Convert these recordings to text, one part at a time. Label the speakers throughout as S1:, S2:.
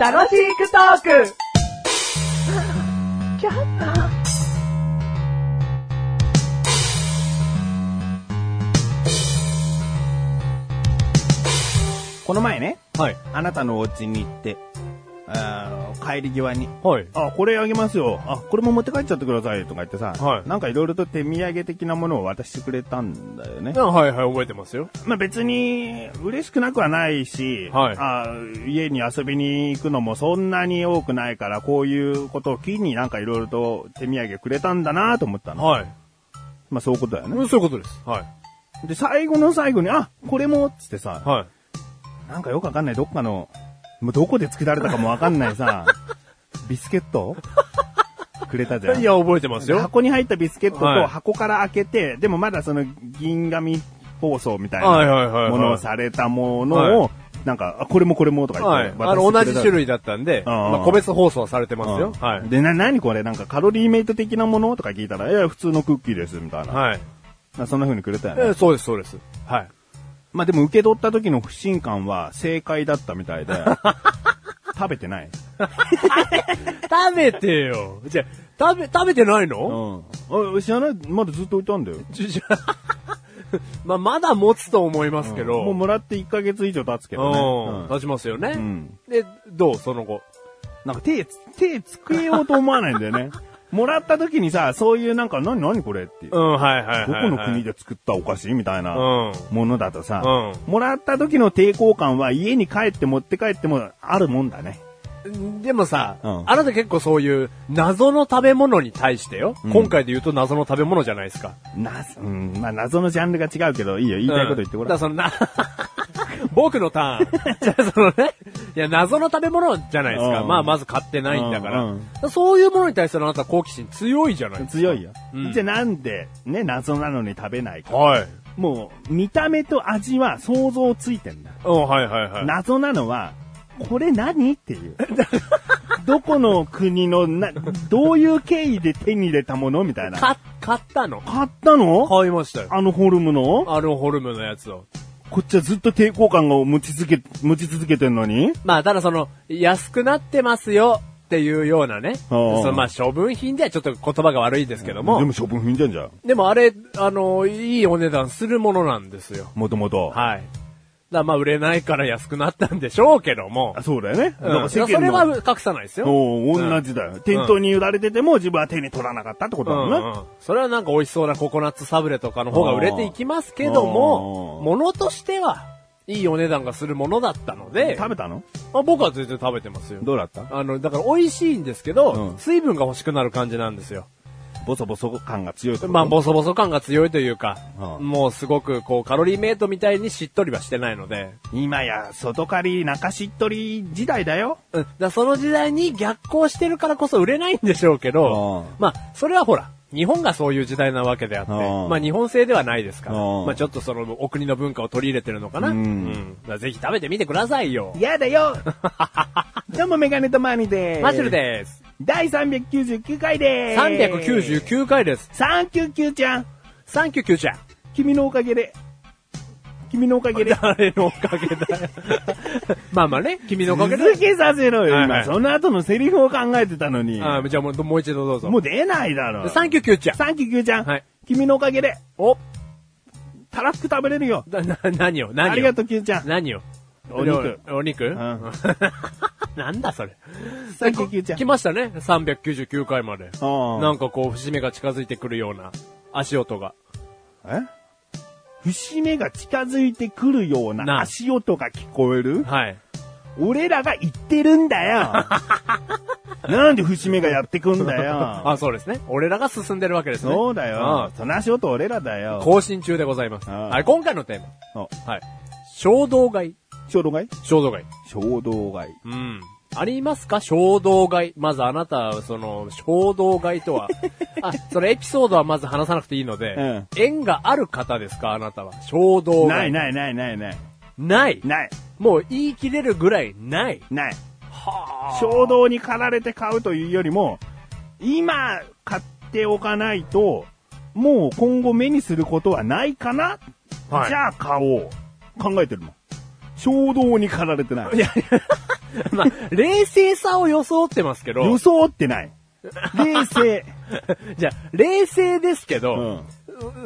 S1: 楽しくトーク
S2: この前ね、
S3: はい。
S2: あなたのお家に行って、あー帰り際に、
S3: はい。
S2: あ、これあげますよ。あ、これも持って帰っちゃってくださいとか言ってさ、
S3: はい
S2: なんかいろいろと手土産的なものを渡してくれたんだよね。
S3: あはいはい、覚えてますよ。
S2: まあ別に嬉しくなくはないし、
S3: はい
S2: あ家に遊びに行くのもそんなに多くないから、こういうことを機になんかいろいろと手土産くれたんだなと思ったの。
S3: はい。
S2: まあそういうことだよね。
S3: そういうことです。はい。
S2: で、最後の最後に、あ、これもっつってさ、
S3: はい。
S2: なんかよくわかんない、どっかの、もうどこで作られたかもわかんない さ、ビスケットくれたじゃん。
S3: いや、覚えてますよ。
S2: 箱に入ったビスケット
S3: は
S2: と
S3: い
S2: 箱から開けて、でもまだその銀紙包装みたい
S3: はいはいはいは
S2: ないものをされたもの
S3: は
S2: を、なんか、あこれもこれもとか言っ
S3: は
S2: て
S3: い。あの、
S2: 渡
S3: 同
S2: してくれた
S3: じ種類だったんで、
S2: うんうん
S3: まあ、個別包装はされてますよ。
S2: うん
S3: はい。
S2: で、な、何これなんかカロリーメイト的なものとか聞いたら、いや、普通のクッキーです、みたいな。
S3: はい。
S2: まあそんな風にくれたよ
S3: え
S2: ね。
S3: そうです、そうです。はい。
S2: まあでも受け取った時の不信感は正解だったみたい で、食べてない。
S3: 食べてよ。じゃあ食べ、食べてないの、
S2: うん。あ、知らないまだずっと置いたんだよ。
S3: ちょちょ まあ、まだ持つと思いますけど。
S2: もうもらって1ヶ月以上経つけど
S3: うん。
S2: ね。うん
S3: 立ちますよね。
S2: ん
S3: で、どうその後。
S2: なんか手つ、手つけようと思わないんだよ ね。もらった時にさ、そういうなんか、何何これっていう。
S3: うん、はいはいはい、
S2: どこの国
S3: で
S2: で作ったお菓子みたいな
S3: うん。
S2: ものだとさ、
S3: う
S2: もらった時の抵抗感は家に帰って持って帰ってもあるもんだね。
S3: でもさ、
S2: うん
S3: あなた結構そういう謎の食べ物に対してよ、
S2: うん
S3: 今回で言うと謎の食べ物じゃないですか。
S2: な、うん、まあ謎のジャンルが違うけど、いいよ、言いたいこと言ってごらん。
S3: うんだからそのな、 僕のターン。じゃあそのね、いや、謎の食べ物じゃないですか。
S2: うん
S3: まあ、まず買ってないんだから。
S2: うんうん
S3: だからそういうものに対するあなたは好奇心強いじゃないですか。
S2: 強いよ。
S3: うん
S2: じゃあなんで、ね、謎なのに食べないか。
S3: はい。
S2: もう、見た目と味は想像ついてんだ。
S3: うん、はいはいは い。
S2: 謎なのは、これ何って いう。どこの国のな、どういう経緯で手に入れたものみたいな。
S3: か、買ったの
S2: 買ったの
S3: 買いましたよ。
S2: あのフォルムの
S3: アルホルムのやつを。
S2: こっちはずっと抵抗感を持ち続け、持ち続けてんのに
S3: まあ、ただその、安くなってますよっていうようなね。
S2: うん
S3: そのまあ、処分品ではちょっと言葉が悪いですけども。
S2: でも処分品じゃんじゃん。
S3: でもあれ、あの、いいお値段するものなんですよ。
S2: もともと。
S3: はい。だからまあ売れないから安くなったんでしょうけども
S2: あ。そうだよね。
S3: うん
S2: だから世間の
S3: それは隠さないですよ。
S2: おう同じだよ。店頭に売られてても自分は手に取らなかったってこと
S3: う
S2: だ
S3: ん
S2: もん
S3: う
S2: ね。
S3: ん。それはなんか美味しそうなココナッツサブレとかの方が売れていきますけども、
S2: うん
S3: ものとしては、いいお値段がするものだったので、
S2: 食べたの
S3: まあ、僕は全然食べてますよ。
S2: どうだった
S3: あの、だから美味しいんですけど、
S2: うん
S3: 水分が欲しくなる感じなんですよ。
S2: ボソボソ感が強いってこと
S3: まあ、ボソボソ感が強いというか、
S2: うん
S3: もうすごくこう、カロリーメイトみたいにしっとりはしてないので、
S2: 今や、外刈り、中しっとり時代だよ。
S3: うんだからその時代に逆行してるからこそ売れないんでしょうけど
S2: う、
S3: まあ、それはほら、日本がそういう時代なわけであって、
S2: うん
S3: まあ日本製ではないですから、
S2: うん
S3: まあちょっとそのお国の文化を取り入れてるのかな。
S2: うん
S3: うんだからぜひ食べてみてくださいよ。
S2: 嫌だ よどうもメガネとマーニーでーす。
S3: マジルです。
S2: 第399回でーす。
S3: 399回です。
S2: 399ちゃん
S3: 399じゃん。
S2: 君のおかげで。君のおかげで。
S3: 誰のおかげ だよ。まあまあね、君のおかげで。
S2: 続けさせろよ、
S3: はい
S2: 今。
S3: はい
S2: その後のセリフを考えてたのに。
S3: あじゃあもうもう一度どうぞ。
S2: もう出ないだろ。
S3: 399じゃん。
S2: 399ちゃん。
S3: はい
S2: 君のおかげで、
S3: お
S2: たらふく食べれるよ。
S3: だな、何を何を
S2: ありがとう、キューちゃん。
S3: 何を
S2: お肉。
S3: お肉、
S2: ん
S3: なんだそれ。
S2: 399ちゃん
S3: 来。ましたね。399回まで。
S2: ああ
S3: なんかこう、節目が近づいてくるような足音が。
S2: え節目が近づいてくるよう
S3: な
S2: な
S3: あ
S2: 足音が聞こえる
S3: はい。
S2: 俺らが言ってるんだ よなんで節目がやってくんだ よ
S3: あ、そうですね。俺らが進んでるわけですね。
S2: そうだよ
S3: あ。
S2: その足音俺らだよ。
S3: 更新中でございます。
S2: ああ
S3: はい、今回のテー
S2: あ
S3: マ。はい。衝動買い。
S2: 衝動買い
S3: 衝動買い。
S2: 衝動買い。
S3: うん。ありますか衝動買い。まずあなた、その、衝動買い とは。あ、そのエピソードはまず話さなくていいので、
S2: うん
S3: 縁がある方ですかあなたは。衝動
S2: な
S3: 買
S2: い
S3: い。い。
S2: ないないないない。
S3: ない。
S2: ない。
S3: もう言い切れるぐらいない。
S2: ない。
S3: は
S2: 衝動に駆られて買うというよりも、今買っておかないと、もう今後目にすることはないかな、
S3: はい
S2: じゃあ買おう。考えてるもん。衝動に駆られてない。
S3: まあ、冷静さを装ってますけど、
S2: 装ってない。冷静。
S3: じゃあ、冷静ですけ
S2: う
S3: ど
S2: ん、。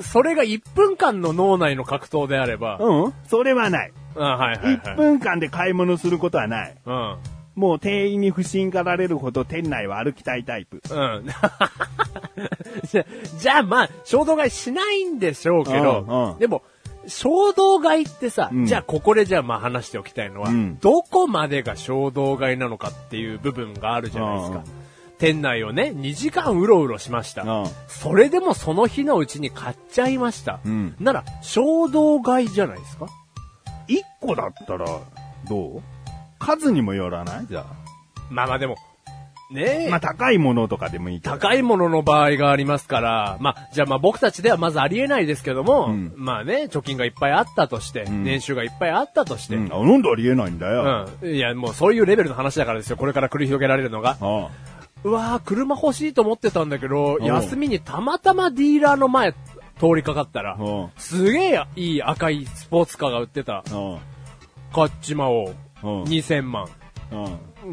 S3: それが1分間の脳内の格闘であれば、
S2: うんそれはない。
S3: あはいはい
S2: 1
S3: はい。
S2: 分間で買い物することはない。
S3: うん。
S2: もう店員に不信がられるほど店内は歩きたいタイプ。
S3: うん。 じゃじゃあまあ、衝動買いしないんでしょうけど、
S2: うんうん
S3: でも、衝動買いってさ、
S2: うん
S3: じゃあここでじゃあまあ話しておきたいのは、
S2: うん
S3: どこまでが衝動買いなのかっていう部分があるじゃないですか。
S2: うん
S3: 店内をね、2時間うろうろしました。
S2: うん
S3: それでもその日のうちに買っちゃいました。
S2: うん
S3: なら、衝動買いじゃないですか
S2: 1個だったら、どう数にもよらないじゃ
S3: まあまあでも、ねえ
S2: あ。まあ高いものとかでもいいけど。
S3: 高いものの場合がありますから、まあ、じゃあまあ僕たちではまずありえないですけども、
S2: うん
S3: まあね、貯金がいっぱいあったとして、
S2: ん
S3: 年収がいっぱいあったとして、
S2: う。
S3: うんん、
S2: あなんでありえないんだよ。
S3: いや、もうそういうレベルの話だからですよ、これから繰り広げられるのが。
S2: ああ
S3: うわー、車欲しいと思ってたんだけど、
S2: ん
S3: 休みにたまたまディーラーの前通りかかったら
S2: うん、
S3: すげえいい赤いスポーツカーが売ってた、
S2: うん
S3: カッチマを
S2: うん
S3: 2000万、
S2: うん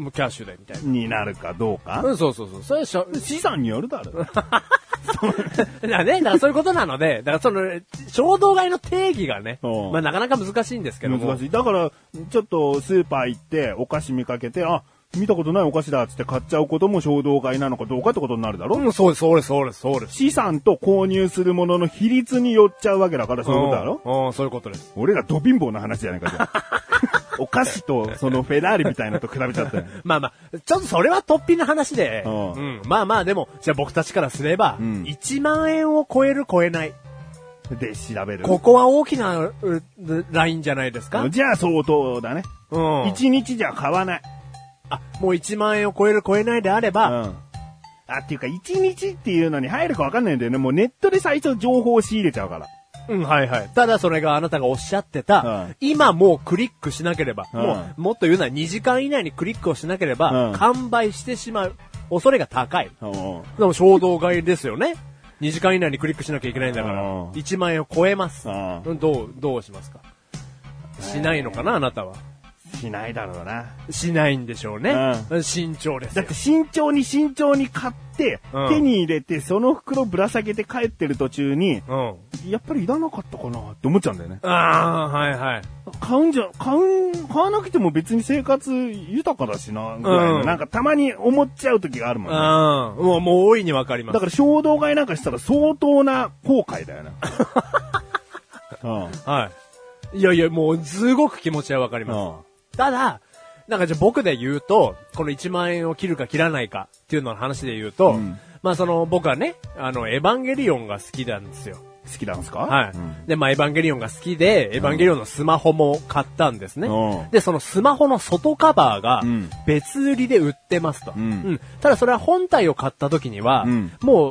S3: もうキャッシュで、みたいな。
S2: になるかどうか、
S3: うん、そうそうそう。それはしょ
S2: 資産によるだろ。
S3: だからね、だからそういうことなので、だからその、衝動買いの定義がね、
S2: うん
S3: まあなかなか難しいんですけども。
S2: 難しい。だから、ちょっとスーパー行って、お菓子見かけて、あ、見たことないお菓子だっつって買っちゃうことも衝動買いなのかどうかってことになるだろ、
S3: うん、そうです、そうです、そうです、そうです。
S2: 資産と購入するものの比率によっちゃうわけだから、そういうことだろ、
S3: うんうん、そういうことです。
S2: 俺らド貧乏な話じゃないかじゃあ お菓子と、そのフェラーリみたいなのと比べちゃったよ
S3: まあまあ、ちょっとそれは突飛な話で、
S2: う
S3: うんん、まあまあ、でも、じゃあ僕たちからすれば、
S2: うん
S3: 1万円を超える超えない。
S2: で、調べる。
S3: ここは大きな、ううラインじゃないですか。
S2: じゃあ相当だね。
S3: うん。
S2: 一、日じゃ買わない。
S3: あ、もう1万円を超える超えないであれば、
S2: うんあ、っていうか、一日っていうのに入るかわかんないんだよね。もうネットで最初情報を仕入れちゃうから。
S3: うん、はいはい。ただそれがあなたがおっしゃってた、
S2: うん
S3: 今もうクリックしなければ、
S2: うん
S3: もう、もっと言うなら2時間以内にクリックをしなければ、
S2: うん
S3: 完売してしまう恐れが高い。
S2: うん
S3: でも衝動買いですよね。2時間以内にクリックしなきゃいけないんだから、
S2: うん
S3: 1万円を超えます。
S2: うん
S3: うんどう、どうしますかしないのかな、あなたは。
S2: しないだろうな。
S3: しないんでしょうね。慎重です
S2: だ
S3: よ
S2: って慎重に慎重に買って、
S3: うん
S2: 手に入れて、その袋ぶら下げて帰ってる途中に、
S3: うん。
S2: やっぱりいらなかったかなって思っちゃうんだよね。
S3: ああー、はいはい。
S2: 買うんじゃ、買うん、買わなくても別に生活豊かだしな、ぐらいの、
S3: うん
S2: なんかたまに思っちゃう時があるもんね。
S3: うん。もう、もう大いにわかります
S2: だ。から衝動買いなんかしたら相当な後悔だよな。うん。
S3: はい。いやいや、もう、すごく気持ちはわかります。ただ、なんかじゃあ僕で言うと、この1万円を切るか切らないかっていうのの話で言うと、
S2: うん
S3: まあその僕はね、あの、エヴァンゲリオンが好きなんですよ。
S2: 好きなんすか
S3: はい。
S2: うん
S3: で、まあエヴァンゲリオンが好きで、エヴァンゲリオンのスマホも買ったんですね。
S2: うん
S3: で、そのスマホの外カバーが
S2: うん
S3: 別売りで売ってますと。
S2: うん
S3: ただそれは本体を買った時には、
S2: うん
S3: もう、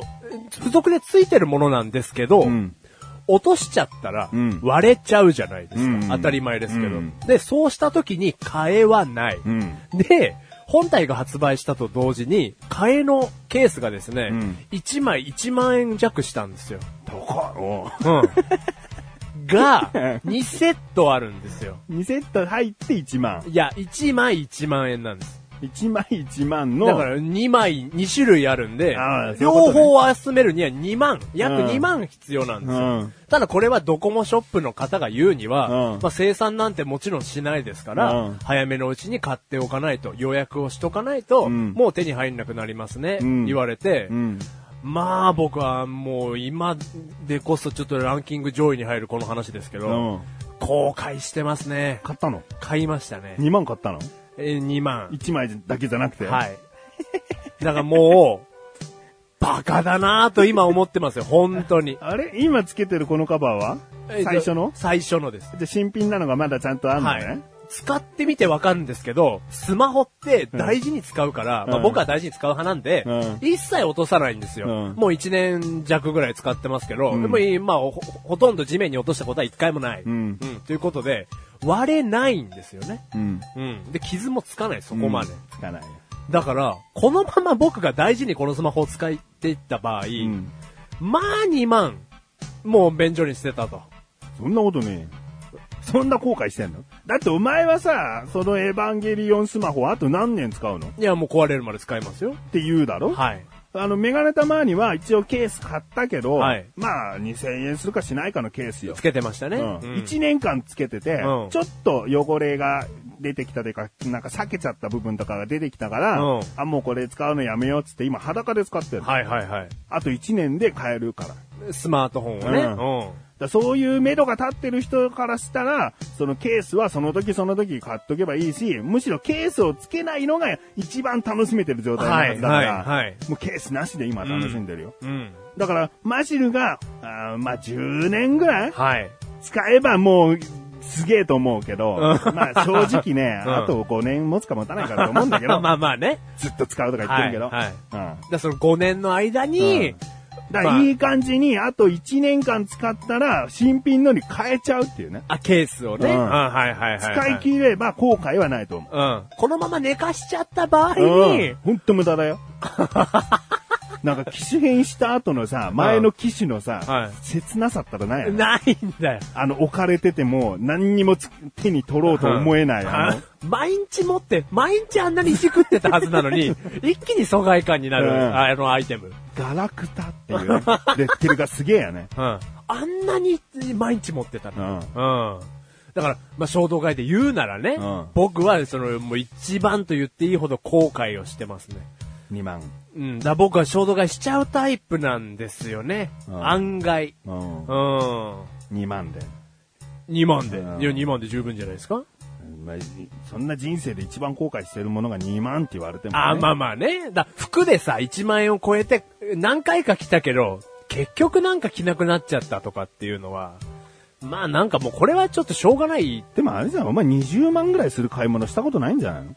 S3: 付属で付いてるものなんですけど、
S2: うん
S3: 落としちゃったら
S2: うん
S3: 割れちゃうじゃないですか。
S2: うん
S3: 当たり前ですけど、
S2: うん
S3: で、そうした時に替えはない。
S2: うん
S3: で、本体が発売したと同時に、替えのケースがですね、
S2: うん
S3: 1枚1万円弱したんですよ。
S2: 高い。お
S3: うん。が、2セットあるんですよ。
S2: 2セット入って1万。
S3: いや、1枚1万円なんです。
S2: 1枚1万の。
S3: だから2枚、2種類あるんで
S2: ああ、そういうことね
S3: 両方集めるには2万、約
S2: うん
S3: 2万必要なんですよ。
S2: うん
S3: ただこれはドコモショップの方が言うには、
S2: うん
S3: まあ、生産なんてもちろんしないですから、
S2: うん
S3: 早めのうちに買っておかないと、予約をしとかないと、
S2: うん
S3: もう手に入んなくなりますね、
S2: うん
S3: 言われて、
S2: うん。
S3: まあ僕はもう今でこそちょっとランキング上位に入るこの話ですけど、
S2: うん
S3: 後悔してますね。
S2: 買ったの
S3: 買いましたね。
S2: ?2 万買ったの
S3: えー、2万。
S2: ?1 枚だけじゃなくて。
S3: はい。だからもう、バカだなぁと今思ってますよ、本当に。
S2: あれ今つけてるこのカバーは
S3: え ー
S2: 最初の
S3: 最初のです。
S2: じゃあ新品なのがまだちゃんとあんの
S3: は
S2: ね、
S3: い。使ってみてわかるんですけど、スマホって大事に使うから、
S2: うん
S3: まあ僕は大事に使う派なんで、
S2: うん
S3: 一切落とさないんですよ。
S2: うん
S3: もう1年弱ぐらい使ってますけど、
S2: うん
S3: でも今、まあほ、ほとんど地面に落としたことは一回もない。
S2: うん
S3: ということで、割れないんですよね。
S2: うん。
S3: うん。で、傷もつかない、そこまで。
S2: うんつかない。
S3: だから、このまま僕が大事にこのスマホを使っていった場合、
S2: うん。
S3: まあ2万、もう便所に捨てたと。
S2: そんなことねそんな後悔してんのだってお前はさ、そのエヴァンゲリオンスマホあと何年使うのっ
S3: いや、もう壊れるまで使いますよ。
S2: て言うだろ
S3: はい。
S2: あの、メガネたまには一応ケース買ったけど、
S3: はい
S2: まあ、2000円するかしないかのケースよ
S3: つ。けてましたね。
S2: うん
S3: うん
S2: 1年間つけてて、
S3: うん
S2: ちょっと汚れが出てきたというか、なんか避けちゃった部分とかが出てきたから、
S3: うん
S2: あ、もうこれ使うのやめようっつって今裸で使ってる。
S3: はいはいは
S2: あと1年で買えるから。だか
S3: い。スマートフォンをね。
S2: うん
S3: うん
S2: らそういう目処が立ってる人からしたら、そのケースはその時その時買っとけばいいし、むしろケースをつけないのが一番楽しめてる状態のはずだから、
S3: はいはいはい
S2: もうケースなしで今楽しんでるよ。
S3: うん。
S2: だから、マシルが、あーまあ、10年ぐらい
S3: はい。
S2: 使えばもう、すげえと思うけど、まあ正直ね、
S3: うん
S2: あと5年持つか持たないかと思うんだけど、
S3: まあまあね。
S2: ずっと使うとか言ってるけど、
S3: はいはい
S2: うん
S3: だからその5年の間に、
S2: うんだからいい感じに、あと1年間使ったら、新品のに変えちゃうっていうね。
S3: あ、ケースをね。
S2: う
S3: うんん、はいはいはい、はい。
S2: 使い切れば後悔はないと思う。
S3: うん。このまま寝かしちゃった場合に、
S2: うん。ほんと無駄だよ。なんか機種変した後のさ、前の機種のさ、
S3: はい
S2: 切なさったらないよね
S3: ないんだよ。
S2: あの、置かれてても、何にもつ手に取ろうと思えない。あの
S3: うん毎日持って、毎日あんなに石食ってたはずなの に、一気に疎外感になる、
S2: うん
S3: あのアイテム。うん。
S2: ガラクタっていうね、レッテルがすげえやね。
S3: あんなに毎日持ってたの。うん。だから、まあ、衝動買いで言うならね、
S2: うん
S3: 僕は、その、もう一番と言っていいほど後悔をしてますね。
S2: 2万。
S3: うん。だから僕は衝動買いしちゃうタイプなんですよね。
S2: うん
S3: 案外。
S2: うん
S3: う。ん。
S2: 2万で。
S3: 2万で。
S2: うん
S3: いや、2万で十分じゃないですか
S2: まあいそんな人生で一番後悔してるものが2万って言われても、ね。
S3: あーまあまあね。だ服でさ、1万円を超えて何回か着たけど、結局なんか着なくなっちゃったとかっていうのは、まあなんかもうこれはちょっとしょうがない。
S2: でもあれじゃん、お前20万ぐらいする買い物したことないんじゃないの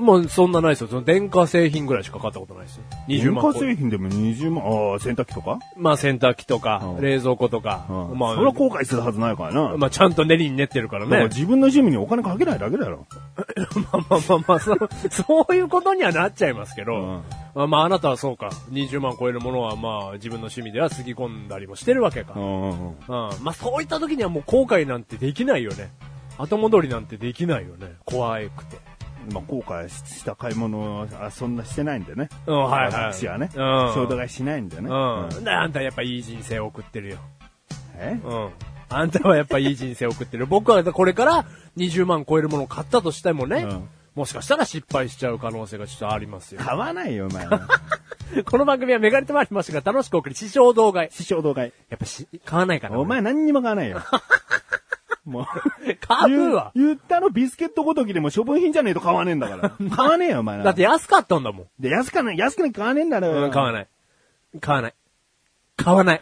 S3: もうそんなないですよ。その電化製品ぐらいしか買ったことないですよ。20万
S2: 電化製品でも20万、ああ、洗濯機とか、
S3: まあ洗濯機とか
S2: う、ん
S3: 冷蔵庫とか。
S2: うん
S3: ま
S2: それは
S3: あ、
S2: 後悔するはずないからな。
S3: まあちゃんと練りに練ってるから
S2: だから
S3: ね。
S2: 自分の趣味にお金かけないだけだろ。
S3: まあまあまあまあ、そう そういうことにはなっちゃいますけど。まあまああなたはそうか。20万超えるものはまあ自分の趣味ではつぎ込んだりもしてるわけか。
S2: うん。
S3: うん。まあ、そういった時にはもう後悔なんてできないよね。後戻りなんてできないよね。怖くて。
S2: まあ、後悔した買い物はそんなしてないんでね。
S3: うん、はいはい。
S2: 私はね。
S3: うん。
S2: そういう買いしないんでね。
S3: うん。だからあんたやっぱいい人生を送ってるよ。
S2: え
S3: うん。あんたはやっぱいい人生を送ってる。僕はこれから20万超えるものを買ったとしてもね、
S2: うん
S3: もしかしたら失敗しちゃう可能性がちょっとありますよ。
S2: 買わないよ、お前は。
S3: この番組はメガネとまりましたが楽しくお送り、師匠動画へ。
S2: 師匠動画へ。
S3: やっぱし、買わないかな。
S2: お前何にも買わ ないよ。もう。
S3: 俺、買うわ。
S2: 言う言ったのビスケットごときでも処分品じゃねえと買わねえんだ から。買わねえよ、お前ら。
S3: だって安かったんだもん。
S2: で、安かない、安くない買わねえんだろ。
S3: うん、買わない。買わない。買わない。